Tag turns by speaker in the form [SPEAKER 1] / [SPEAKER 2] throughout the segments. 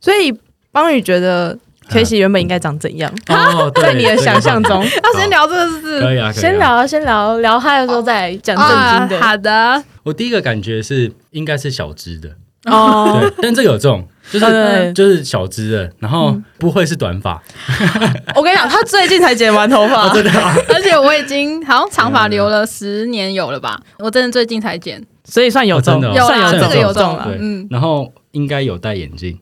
[SPEAKER 1] 所以邦宇觉得学
[SPEAKER 2] 嗯
[SPEAKER 1] 习原本应该长怎样？
[SPEAKER 2] 哦，对
[SPEAKER 1] 在你的想象中，
[SPEAKER 3] 要先聊这个
[SPEAKER 2] 可
[SPEAKER 3] 是
[SPEAKER 2] 以啊，可以啊
[SPEAKER 4] 先。聊先聊聊嗨的时候再讲正经的。
[SPEAKER 3] 啊好的，
[SPEAKER 2] 我第一个感觉是应该是小只的，
[SPEAKER 1] 哦，
[SPEAKER 2] 对，但这个有重，就是、
[SPEAKER 1] 对嗯
[SPEAKER 2] 就是小只的，然后不会是短发，
[SPEAKER 1] 我跟你讲，他最近才剪完头发，
[SPEAKER 2] 真的啊、
[SPEAKER 3] 而且我已经好像长发留了十年有了吧，我真的最近才剪，
[SPEAKER 1] 所以算有中，
[SPEAKER 2] 哦真的哦
[SPEAKER 3] 有
[SPEAKER 1] 算
[SPEAKER 3] 啦，
[SPEAKER 2] 有
[SPEAKER 3] 这
[SPEAKER 2] 中
[SPEAKER 3] 个有
[SPEAKER 2] 有
[SPEAKER 3] 中
[SPEAKER 1] 中
[SPEAKER 3] 了
[SPEAKER 2] 对，
[SPEAKER 3] 嗯，
[SPEAKER 2] 然后应该有戴眼镜，
[SPEAKER 3] 应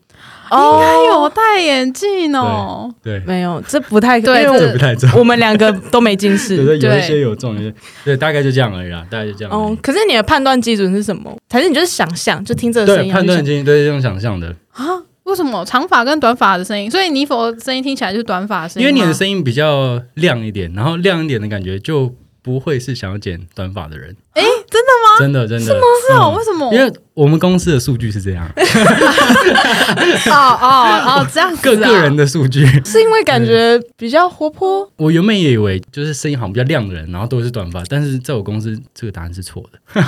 [SPEAKER 3] 该
[SPEAKER 1] 哦，
[SPEAKER 3] 有哎戴眼镜哦，
[SPEAKER 2] 对，
[SPEAKER 1] 没有，这不太
[SPEAKER 3] 对
[SPEAKER 1] 因为
[SPEAKER 3] 这
[SPEAKER 2] 这不太重。
[SPEAKER 1] 我我们两个都没近
[SPEAKER 2] 对
[SPEAKER 1] 视。
[SPEAKER 2] 对，有一些
[SPEAKER 3] 对
[SPEAKER 2] 有重，有一些对，大概就这样而已啦，大概就这样而
[SPEAKER 1] 哦
[SPEAKER 2] 已。，
[SPEAKER 1] 可是你的判断基准是什么？还是你就是想象，就听这个声
[SPEAKER 2] 对，
[SPEAKER 1] 音，然啊
[SPEAKER 2] 判
[SPEAKER 1] 后就
[SPEAKER 2] 断
[SPEAKER 1] 想
[SPEAKER 2] 经对这种想象的，
[SPEAKER 3] 啊，为什么长发跟短发的声音？所以尼佛的声音听起来就是短发的声
[SPEAKER 2] 因
[SPEAKER 3] 音吗，
[SPEAKER 2] 为你的声音比较亮一点，然后亮一点的感觉就不会是想要剪短发的人。
[SPEAKER 3] 哎
[SPEAKER 2] 真的吗？真的真的是吗？
[SPEAKER 3] 是哦，为什么？
[SPEAKER 2] 嗯因为我们公司的数据是这样，啊
[SPEAKER 3] 哦哦哦，这样子、啊，
[SPEAKER 2] 各个人的数据。
[SPEAKER 1] 是因为感觉比较活泼，
[SPEAKER 2] 啊我原本也以为就是声音好像比较亮的人，然后都是短发，但是在我公司这个答案是错的。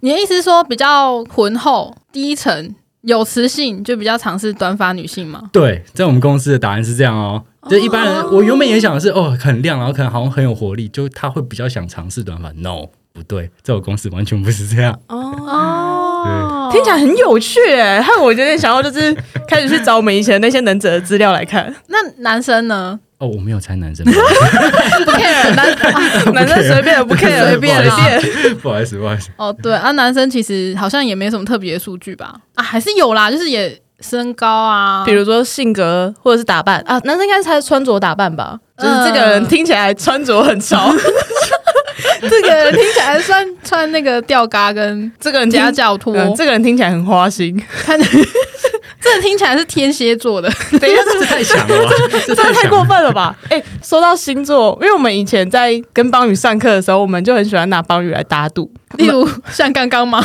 [SPEAKER 3] 你的意思是说比较浑厚、低沉、有磁性，就比较常是短发女性吗？
[SPEAKER 2] 对，在我们公司的答案是这样哦。就一般人，我原本也想的是哦，很亮，然后可能好像很有活力，就他会比较想尝试短发。No，不对，在我公司完全不是这样。
[SPEAKER 3] 哦，
[SPEAKER 1] 听起来很有趣哎，害我有点想要就是开始去找我们以前那些能者的资料来 看。
[SPEAKER 3] 那男生呢？
[SPEAKER 2] 哦，我没有猜男生， 不好意
[SPEAKER 3] 不 care 男、啊、
[SPEAKER 1] 男生随便不 care，
[SPEAKER 3] 随便
[SPEAKER 1] 随
[SPEAKER 3] 啦
[SPEAKER 1] 便。
[SPEAKER 2] 思不好意思，不好意思。
[SPEAKER 3] 哦，对啊，男生其实好像也没什么特别的数据吧？啊，还是有啦，就是也身高啊，
[SPEAKER 1] 比如说性格或者是打扮啊，男生应该是他穿着打扮吧，就是这个人听起来穿着很 潮，
[SPEAKER 3] 这个人听起来穿 穿那个吊嘎跟
[SPEAKER 1] 这个人听
[SPEAKER 3] 夹脚拖，
[SPEAKER 1] 嗯这个人听起来很花心，
[SPEAKER 3] 看这个听起来是天蝎座的，
[SPEAKER 1] 等一下
[SPEAKER 2] 这太 强了吧，这
[SPEAKER 1] 真的太
[SPEAKER 2] 强
[SPEAKER 1] 过
[SPEAKER 2] 了。
[SPEAKER 1] 分了 吧？哎、说到星座，因为我们以前在跟邦宇上课的时候，我们就很喜欢拿邦宇来打 赌。
[SPEAKER 3] 例如像刚刚吗？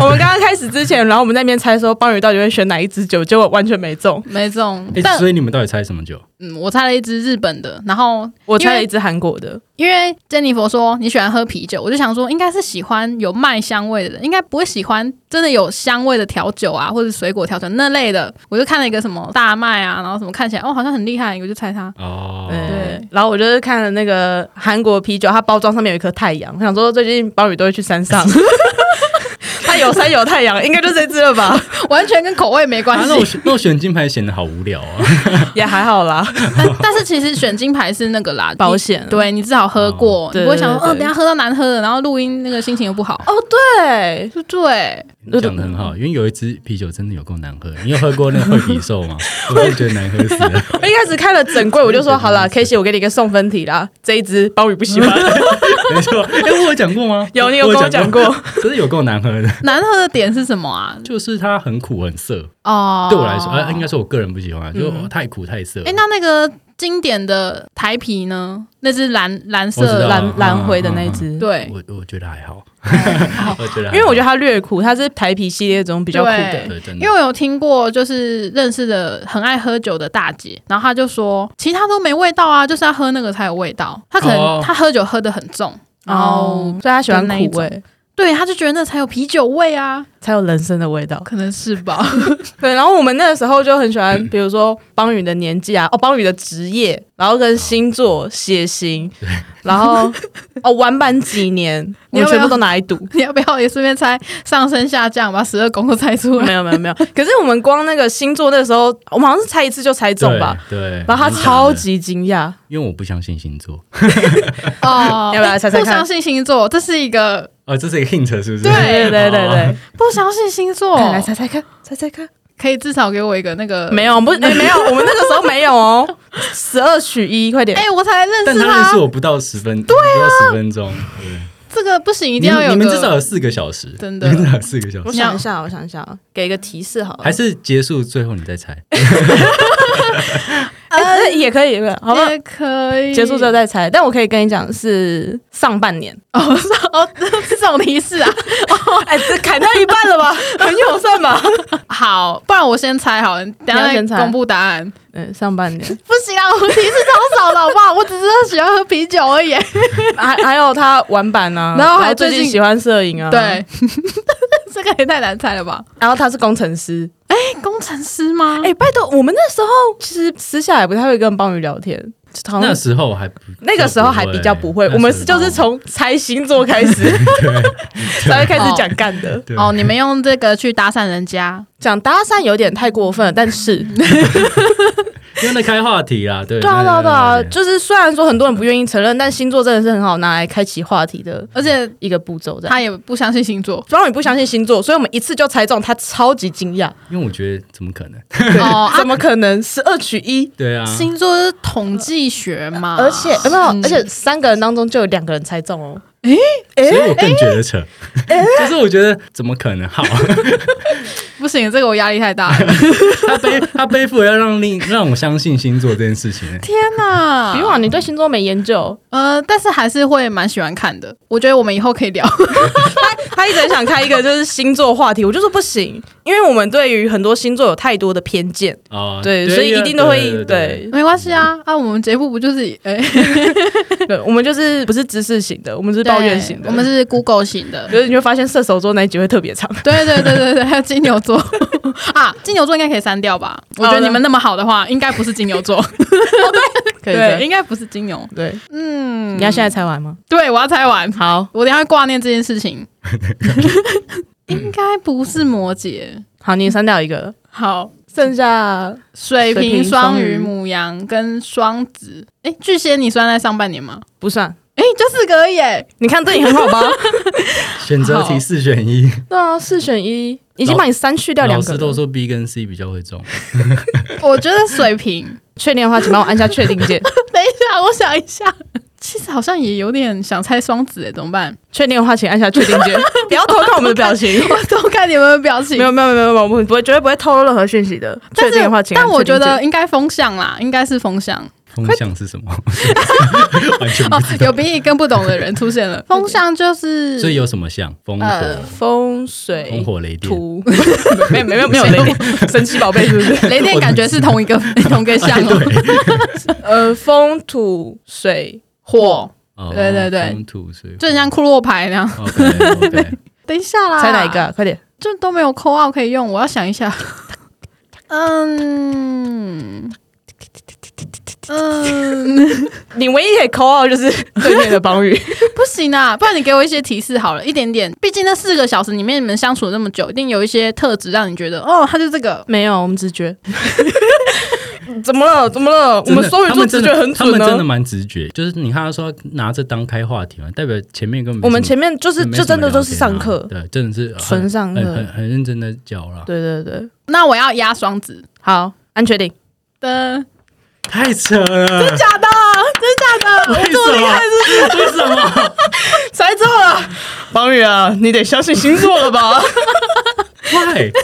[SPEAKER 1] 我们刚刚开始之前，然后我们在那边猜说邦宇到底会选哪一支酒，结果完全没中。
[SPEAKER 3] 没这种，
[SPEAKER 2] 哎、
[SPEAKER 3] 但
[SPEAKER 2] 所以你们到底猜什么酒？
[SPEAKER 3] 嗯，我猜了一支日本的，然后
[SPEAKER 1] 我
[SPEAKER 3] 因为
[SPEAKER 1] 猜了一支韩国的，
[SPEAKER 3] 因为珍妮佛说你喜欢喝啤酒，我就想说应该是喜欢有麦香味的人，应该不会喜欢真的有香味的调酒啊，或者水果调酒那类的。我就看了一个什么大麦啊，然后什么看起来哦好像很厉害，我就 猜它。
[SPEAKER 2] 哦，
[SPEAKER 3] 对，
[SPEAKER 1] 然后我就是看了那个韩国啤酒，它包装上面有一颗太阳，我想说最近邦宇都会去山上，它有山有太阳，应该就这支了吧？
[SPEAKER 3] 完全跟口味没关
[SPEAKER 2] 啊，那我
[SPEAKER 3] 系。
[SPEAKER 2] 选那我选金牌显得好无聊啊。
[SPEAKER 1] 也还好啦，
[SPEAKER 3] 但但是其实选金牌是那个啦，
[SPEAKER 1] 保险
[SPEAKER 3] 你对你至少喝过，
[SPEAKER 1] 对
[SPEAKER 3] 你不会想说，
[SPEAKER 1] 对
[SPEAKER 3] 嗯、
[SPEAKER 1] 对
[SPEAKER 3] 等一下喝到难喝的，然后录音那个心情又不好，
[SPEAKER 1] 哦，对，
[SPEAKER 3] 对对？
[SPEAKER 2] 你讲的很
[SPEAKER 1] 嗯
[SPEAKER 2] 好，因为有一支啤酒真的有够难喝。你有喝过那个惠比寿 吗？我都觉得难喝死了。
[SPEAKER 1] 我一开始看了整柜，我就 说好啦 k 姐，我给你一个送分题啦，这一支邦宇不喜欢，
[SPEAKER 2] 没错，哎、我有讲过吗？
[SPEAKER 1] 有你有跟我讲过，
[SPEAKER 2] 真的有够难喝的，
[SPEAKER 3] 难喝的点是什么啊？
[SPEAKER 2] 就是它很苦很涩。
[SPEAKER 3] 哦，
[SPEAKER 2] 对我来说，啊，应该说我个人不喜欢，就、
[SPEAKER 1] 嗯
[SPEAKER 2] 哦太苦太涩。
[SPEAKER 3] 哎、那那个经典的台啤呢？那只蓝蓝色
[SPEAKER 2] 我 知道
[SPEAKER 3] 蓝，
[SPEAKER 1] 蓝蓝灰的那一支，
[SPEAKER 3] 对，
[SPEAKER 2] 我我觉得还好， 我觉
[SPEAKER 1] 哎
[SPEAKER 2] 得还好
[SPEAKER 1] 因为我觉得哎它略苦，它是台啤系列中比较苦的
[SPEAKER 3] 对。
[SPEAKER 2] 对真的，
[SPEAKER 3] 因为我有听过，就是认识的很爱喝酒的大姐，然后她就说，其他都没味道啊，就是要喝那个才有味道。她可能
[SPEAKER 2] 哦
[SPEAKER 3] 她喝酒喝得很重，然后、
[SPEAKER 1] 哦，所以他喜欢
[SPEAKER 3] 那一
[SPEAKER 1] 苦
[SPEAKER 3] 种
[SPEAKER 1] 味，
[SPEAKER 3] 对，她就觉得那才有啤酒味啊，
[SPEAKER 1] 才有人生的味道。
[SPEAKER 3] 可能是吧。
[SPEAKER 1] 对，然后我们那个时候就很喜欢，比如说邦宇的年纪啊，哦，邦宇的职业，然后跟星座、血型，然后哦玩板几年，我
[SPEAKER 3] 你
[SPEAKER 1] 们
[SPEAKER 3] 要不要
[SPEAKER 1] 全部都拿来赌。
[SPEAKER 3] 你要不要也顺便猜上升下降，把十二宫都猜 出来？
[SPEAKER 1] 没有没有没有，可是我们光那个星座那个时候，我们好像是猜一次就猜中吧，
[SPEAKER 2] 对，对
[SPEAKER 1] 然后他
[SPEAKER 2] 蛮强的
[SPEAKER 1] 超级惊讶，
[SPEAKER 2] 因为我不相信星座
[SPEAKER 3] 哦，
[SPEAKER 1] 要不要来猜猜
[SPEAKER 3] 不
[SPEAKER 1] 看
[SPEAKER 3] 相信星座，这是一个
[SPEAKER 2] 哦，这是一个 hint 是不是？
[SPEAKER 3] 对
[SPEAKER 1] 对 对对
[SPEAKER 2] 哦
[SPEAKER 1] 对，
[SPEAKER 3] 不相信星座，
[SPEAKER 1] 哎来来猜猜看，猜猜看，
[SPEAKER 3] 可以至少给我一个那个
[SPEAKER 1] 没有不哎没有，我们那个时候没有哦，十二取一，快点
[SPEAKER 3] 哎、，我才认
[SPEAKER 2] 但
[SPEAKER 3] 识
[SPEAKER 2] 他认识我不到十分，对啊，不到十分钟，对
[SPEAKER 3] 这个不行，一定要有
[SPEAKER 2] 你们你
[SPEAKER 3] 个
[SPEAKER 2] 们至少有四个小时，
[SPEAKER 3] 真的
[SPEAKER 2] 你们至少有四个小
[SPEAKER 1] 我
[SPEAKER 2] 时，
[SPEAKER 1] 想一下，我想一下，啊给一个提示好了，
[SPEAKER 2] 还是结束最后你再猜？
[SPEAKER 1] 哎也可以，也可以好吧，
[SPEAKER 3] 呃也可以
[SPEAKER 1] 结束之后再猜。但我可以跟你讲，是上半年。
[SPEAKER 3] 哦，是哦， 这种提示啊，
[SPEAKER 1] 哎、这砍到一半了吧？ 嗯很友善吧？
[SPEAKER 3] 好，不然我先猜好了，等
[SPEAKER 1] 你
[SPEAKER 3] 一
[SPEAKER 1] 要
[SPEAKER 3] 下
[SPEAKER 1] 先猜
[SPEAKER 3] 再公布答案。
[SPEAKER 1] 嗯，上半年。
[SPEAKER 3] 不行啊，我提示超少的好不好？我只是喜欢喝啤酒 而已。
[SPEAKER 1] 还还有他玩板啊，
[SPEAKER 3] 然后还
[SPEAKER 1] 最
[SPEAKER 3] 最近
[SPEAKER 1] 喜欢摄影啊。
[SPEAKER 3] 对， 这个也太难猜了吧？
[SPEAKER 1] 然后他是工程师，
[SPEAKER 3] 哎工程师吗？
[SPEAKER 1] 哎、拜托，我们那时候其实私下也不太会跟邦宇聊天，好
[SPEAKER 2] 那
[SPEAKER 1] 像
[SPEAKER 2] 时 候还不
[SPEAKER 1] 那个时候还比较不会，我们是哦就是从猜星座开 始，才会开始讲干的，
[SPEAKER 2] 对
[SPEAKER 3] 哦，你们用这个去搭讪人家，
[SPEAKER 1] 讲搭讪有点太过分了，但是
[SPEAKER 2] 真的开话题啦，对
[SPEAKER 1] 对啊对啊对啊，
[SPEAKER 2] 对
[SPEAKER 1] 就是虽然说很多人不愿意承认，但星座真的是很好拿来开启话题的
[SPEAKER 3] 而且
[SPEAKER 1] 一个步骤，这样。。
[SPEAKER 3] 他也不相信星座
[SPEAKER 1] 主要你不相信星座，所以我们一次就猜中，他超级惊讶，
[SPEAKER 2] 因为我觉得怎 么可能？
[SPEAKER 3] 哦，啊
[SPEAKER 1] 怎么可能十二取一？
[SPEAKER 2] 对啊，
[SPEAKER 3] 星座是统计学嘛？嗯
[SPEAKER 1] 而且呃没有，而且三个人当中就有两个人猜中哦。
[SPEAKER 2] 所以我更觉得扯， 就是我觉得怎么可能好？
[SPEAKER 3] 不行，这个我压力太大了。
[SPEAKER 2] 他背他背负了要让另让我相信星座这 件事情、欸
[SPEAKER 3] 天哪！
[SPEAKER 1] 不用啊，你对星座没研究，
[SPEAKER 3] 呃，但是还是会蛮喜欢看的。我觉得我们以后可以聊。
[SPEAKER 1] 他一直很想开一个就是星座话题，我就说不行，因为我们对于很多星座有太多的偏见，
[SPEAKER 2] 哦，
[SPEAKER 1] 啊对，所以一定都会
[SPEAKER 2] 对对
[SPEAKER 1] 对
[SPEAKER 3] 没关系啊，啊，我们节目不就是哎、
[SPEAKER 1] 对，我们就是不是知识型的，我们就是抱怨型的，
[SPEAKER 3] 对我们是 Google 型 的。
[SPEAKER 1] 就是你会发现射手座那一集会特别长，
[SPEAKER 3] 对对对对对，还有金牛座啊，金牛座应该可以删掉吧？我觉得你们那么好的话，应该不是金牛座，
[SPEAKER 1] 可以这样
[SPEAKER 3] 对，应该不是金牛。
[SPEAKER 1] 对，
[SPEAKER 3] 嗯，
[SPEAKER 1] 你要现在猜完吗？
[SPEAKER 3] 对我要猜完，
[SPEAKER 1] 好
[SPEAKER 3] 我等一下会挂念这件事情。 应该不是摩羯，
[SPEAKER 1] 好，你删掉一个，
[SPEAKER 3] 好，
[SPEAKER 1] 剩下
[SPEAKER 3] 水
[SPEAKER 1] 水
[SPEAKER 3] 瓶、
[SPEAKER 1] 瓶
[SPEAKER 3] 双
[SPEAKER 1] 双
[SPEAKER 3] 鱼、
[SPEAKER 1] 鱼
[SPEAKER 3] 母羊跟双子。哎、巨蟹你算在上半年吗？
[SPEAKER 1] 不算。
[SPEAKER 3] 哎、就四个而已耶。
[SPEAKER 1] 你看对你很好吧？
[SPEAKER 2] 选择题四选一，
[SPEAKER 1] 对啊，四选一，已经把你删去掉两
[SPEAKER 2] 老
[SPEAKER 1] 个
[SPEAKER 2] 师都
[SPEAKER 1] 了。
[SPEAKER 2] 说 B 跟 C 比较会中，
[SPEAKER 3] 我觉得水瓶。
[SPEAKER 1] 确定的话，请帮我按下确定键。
[SPEAKER 3] 等一下，我想一下。其实好像也有点想猜双子哎，怎么办？
[SPEAKER 1] 确定的话，请按下确定 键。不要偷看我们的表情。
[SPEAKER 3] 我偷看你们的表 情
[SPEAKER 1] 没。有没有没有没有，我们不会绝对不会透露任何讯息的。
[SPEAKER 3] 但
[SPEAKER 1] 确定的话，
[SPEAKER 3] 是，
[SPEAKER 1] 请按
[SPEAKER 3] 但我
[SPEAKER 1] 确定
[SPEAKER 3] 觉
[SPEAKER 1] 键
[SPEAKER 3] 得应该风向啦，应该是 风向
[SPEAKER 2] 风向是什么？完全不
[SPEAKER 3] 哦
[SPEAKER 2] 知。道。
[SPEAKER 3] 有比你更不懂的人出 现了。风向就是，
[SPEAKER 2] 所以有什么像风
[SPEAKER 3] 呃
[SPEAKER 2] 火、
[SPEAKER 1] 风水
[SPEAKER 2] 风火雷 电？
[SPEAKER 1] 图没有没有没有雷电神奇宝贝是不 是？
[SPEAKER 3] 雷电感觉是同 一个同一个
[SPEAKER 2] 哎
[SPEAKER 3] 向哦。
[SPEAKER 2] 对
[SPEAKER 1] 呃，风土水
[SPEAKER 3] 火，
[SPEAKER 2] 哦
[SPEAKER 3] 对对对
[SPEAKER 2] 风土水火，
[SPEAKER 3] 就很像库洛牌那样。
[SPEAKER 2] OK OK，
[SPEAKER 3] 等一下啦，
[SPEAKER 1] 猜哪一个？啊？快点，
[SPEAKER 3] 就都没有扣号可以用，我要想 一下。嗯嗯，
[SPEAKER 1] 你唯一可以扣到就是 对面的邦宇。
[SPEAKER 3] 不行啊，不然你给我一些提示好了，一点点。毕竟那四个小时里面你们相处了那么久，一定有一些特质让你觉得，哦，他就这个。
[SPEAKER 1] 没有，我们直觉。 怎么了？怎么了？我
[SPEAKER 2] 真的
[SPEAKER 1] 们双鱼
[SPEAKER 2] 他
[SPEAKER 1] 座
[SPEAKER 2] 们
[SPEAKER 1] 直
[SPEAKER 2] 真
[SPEAKER 1] 觉
[SPEAKER 2] 的
[SPEAKER 1] 很
[SPEAKER 2] 他
[SPEAKER 1] 准啊
[SPEAKER 2] 们
[SPEAKER 1] 呢、
[SPEAKER 2] 真的蛮直觉，就是你看他说拿这当开话题嘛，代表前面根本没
[SPEAKER 1] 我们
[SPEAKER 2] 什么
[SPEAKER 1] 前面就是
[SPEAKER 2] 没什
[SPEAKER 1] 就
[SPEAKER 2] 么
[SPEAKER 1] 真的
[SPEAKER 2] 聊
[SPEAKER 1] 都是
[SPEAKER 2] 天
[SPEAKER 1] 上
[SPEAKER 2] 啊
[SPEAKER 1] 课。
[SPEAKER 2] 对，真的是很
[SPEAKER 1] 纯上
[SPEAKER 2] 很
[SPEAKER 1] 课
[SPEAKER 2] 很很认真的教了，
[SPEAKER 1] 对对对，
[SPEAKER 3] 那我要压双子
[SPEAKER 1] 好，安确定。
[SPEAKER 3] 的，
[SPEAKER 2] 太扯了，
[SPEAKER 3] 假的，真
[SPEAKER 2] 为什么？ 为什么？
[SPEAKER 1] 猜中了，邦宇啊，你得相信星座了吧？
[SPEAKER 2] 喂，
[SPEAKER 3] 的。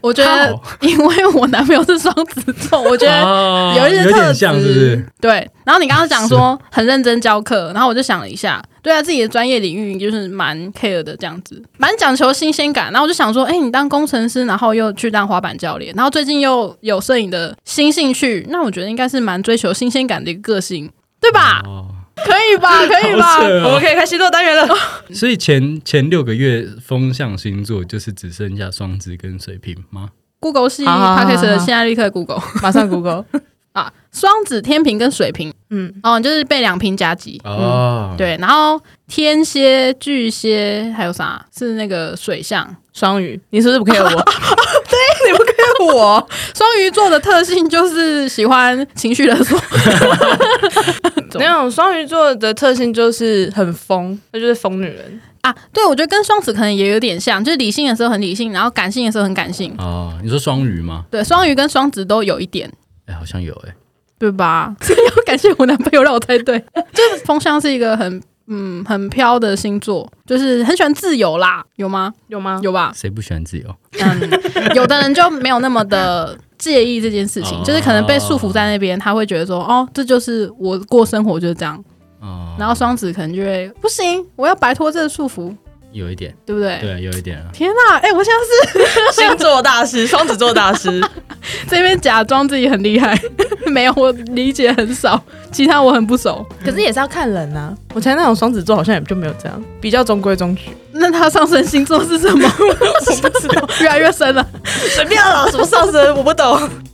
[SPEAKER 3] 我觉得，因为我男朋友是双子座，我觉
[SPEAKER 1] 啊
[SPEAKER 3] 得
[SPEAKER 2] 哦
[SPEAKER 3] 有一些
[SPEAKER 2] 有
[SPEAKER 3] 特
[SPEAKER 2] 点
[SPEAKER 3] 质
[SPEAKER 2] 像，是不是？
[SPEAKER 3] 对。然后你刚刚讲说很认真教课，然后我就想了一下，对啊，自己的专业领域就是蛮 care 的这样子，蛮讲求新鲜感。然后我就想说，哎、你当工程师，然后又去当滑板教练，然后最近又有摄影的新兴趣，那我觉得应该是蛮追求新鲜感的一个个性，对吧？
[SPEAKER 2] 哦，
[SPEAKER 3] 可以 吧？可以吧
[SPEAKER 2] 好？扯
[SPEAKER 1] 我们
[SPEAKER 2] 哦
[SPEAKER 1] 可以开星座单元了。
[SPEAKER 2] 所以前前六个月风象星座就是只剩下双子跟水瓶吗？
[SPEAKER 1] 嗯
[SPEAKER 3] Google 系 p
[SPEAKER 1] 好好好
[SPEAKER 3] a c k a
[SPEAKER 1] 好
[SPEAKER 3] g 的，
[SPEAKER 1] 好
[SPEAKER 3] 现在立刻 Google
[SPEAKER 1] 马上 Google。
[SPEAKER 3] 啊！双子、天平跟水瓶，
[SPEAKER 1] 嗯，
[SPEAKER 3] 哦，就是被两瓶加急。
[SPEAKER 2] 哦，，
[SPEAKER 3] 对，然后天蝎、巨蟹还有啥？是那个水象。
[SPEAKER 1] 双鱼，你是不是不 care 我？对，你不 care 我。
[SPEAKER 3] 双鱼座的特性就是喜欢情绪勒索，
[SPEAKER 1] 没有，双鱼座的特性就是很疯，那就是疯女人。
[SPEAKER 3] 啊，对我觉得跟双子可能也有点像，就是理性的时候很理性，然后感性的时候很感性。
[SPEAKER 2] 哦，你说双鱼吗？
[SPEAKER 3] 对，双鱼跟双子都有一点，
[SPEAKER 2] 哎，好像有哎，
[SPEAKER 3] 对吧？所以要感谢我男朋友让我猜对。就是风象是一个很嗯很飘的星座，就是很喜欢自由啦，有吗？
[SPEAKER 1] 有吗？
[SPEAKER 3] 有吧？
[SPEAKER 2] 谁不喜欢自由？
[SPEAKER 3] 嗯，有的人就没有那么的介意这件事情，
[SPEAKER 2] 哦
[SPEAKER 3] 就是可能被束缚在那边，他会觉得说，哦，这就是我过生活就是这样。
[SPEAKER 2] 哦，
[SPEAKER 3] 然后双子可能就会不行，我要摆脱这个束缚，
[SPEAKER 2] 有一点，
[SPEAKER 3] 对不对？
[SPEAKER 2] 对，有一点啊。
[SPEAKER 3] 天哪、哎、我现在
[SPEAKER 1] 星座大师，双子座大师。
[SPEAKER 3] 是这边假装自己很厉害，没有，我理解很少。其他我很不熟。
[SPEAKER 1] 可是也是要看人啊。我前男友双子座好像也就没有这样，比较中规中矩。
[SPEAKER 3] 那他上升 星座是什么？我不知道，越来越深了。
[SPEAKER 1] 随便啦，什么上升我不懂。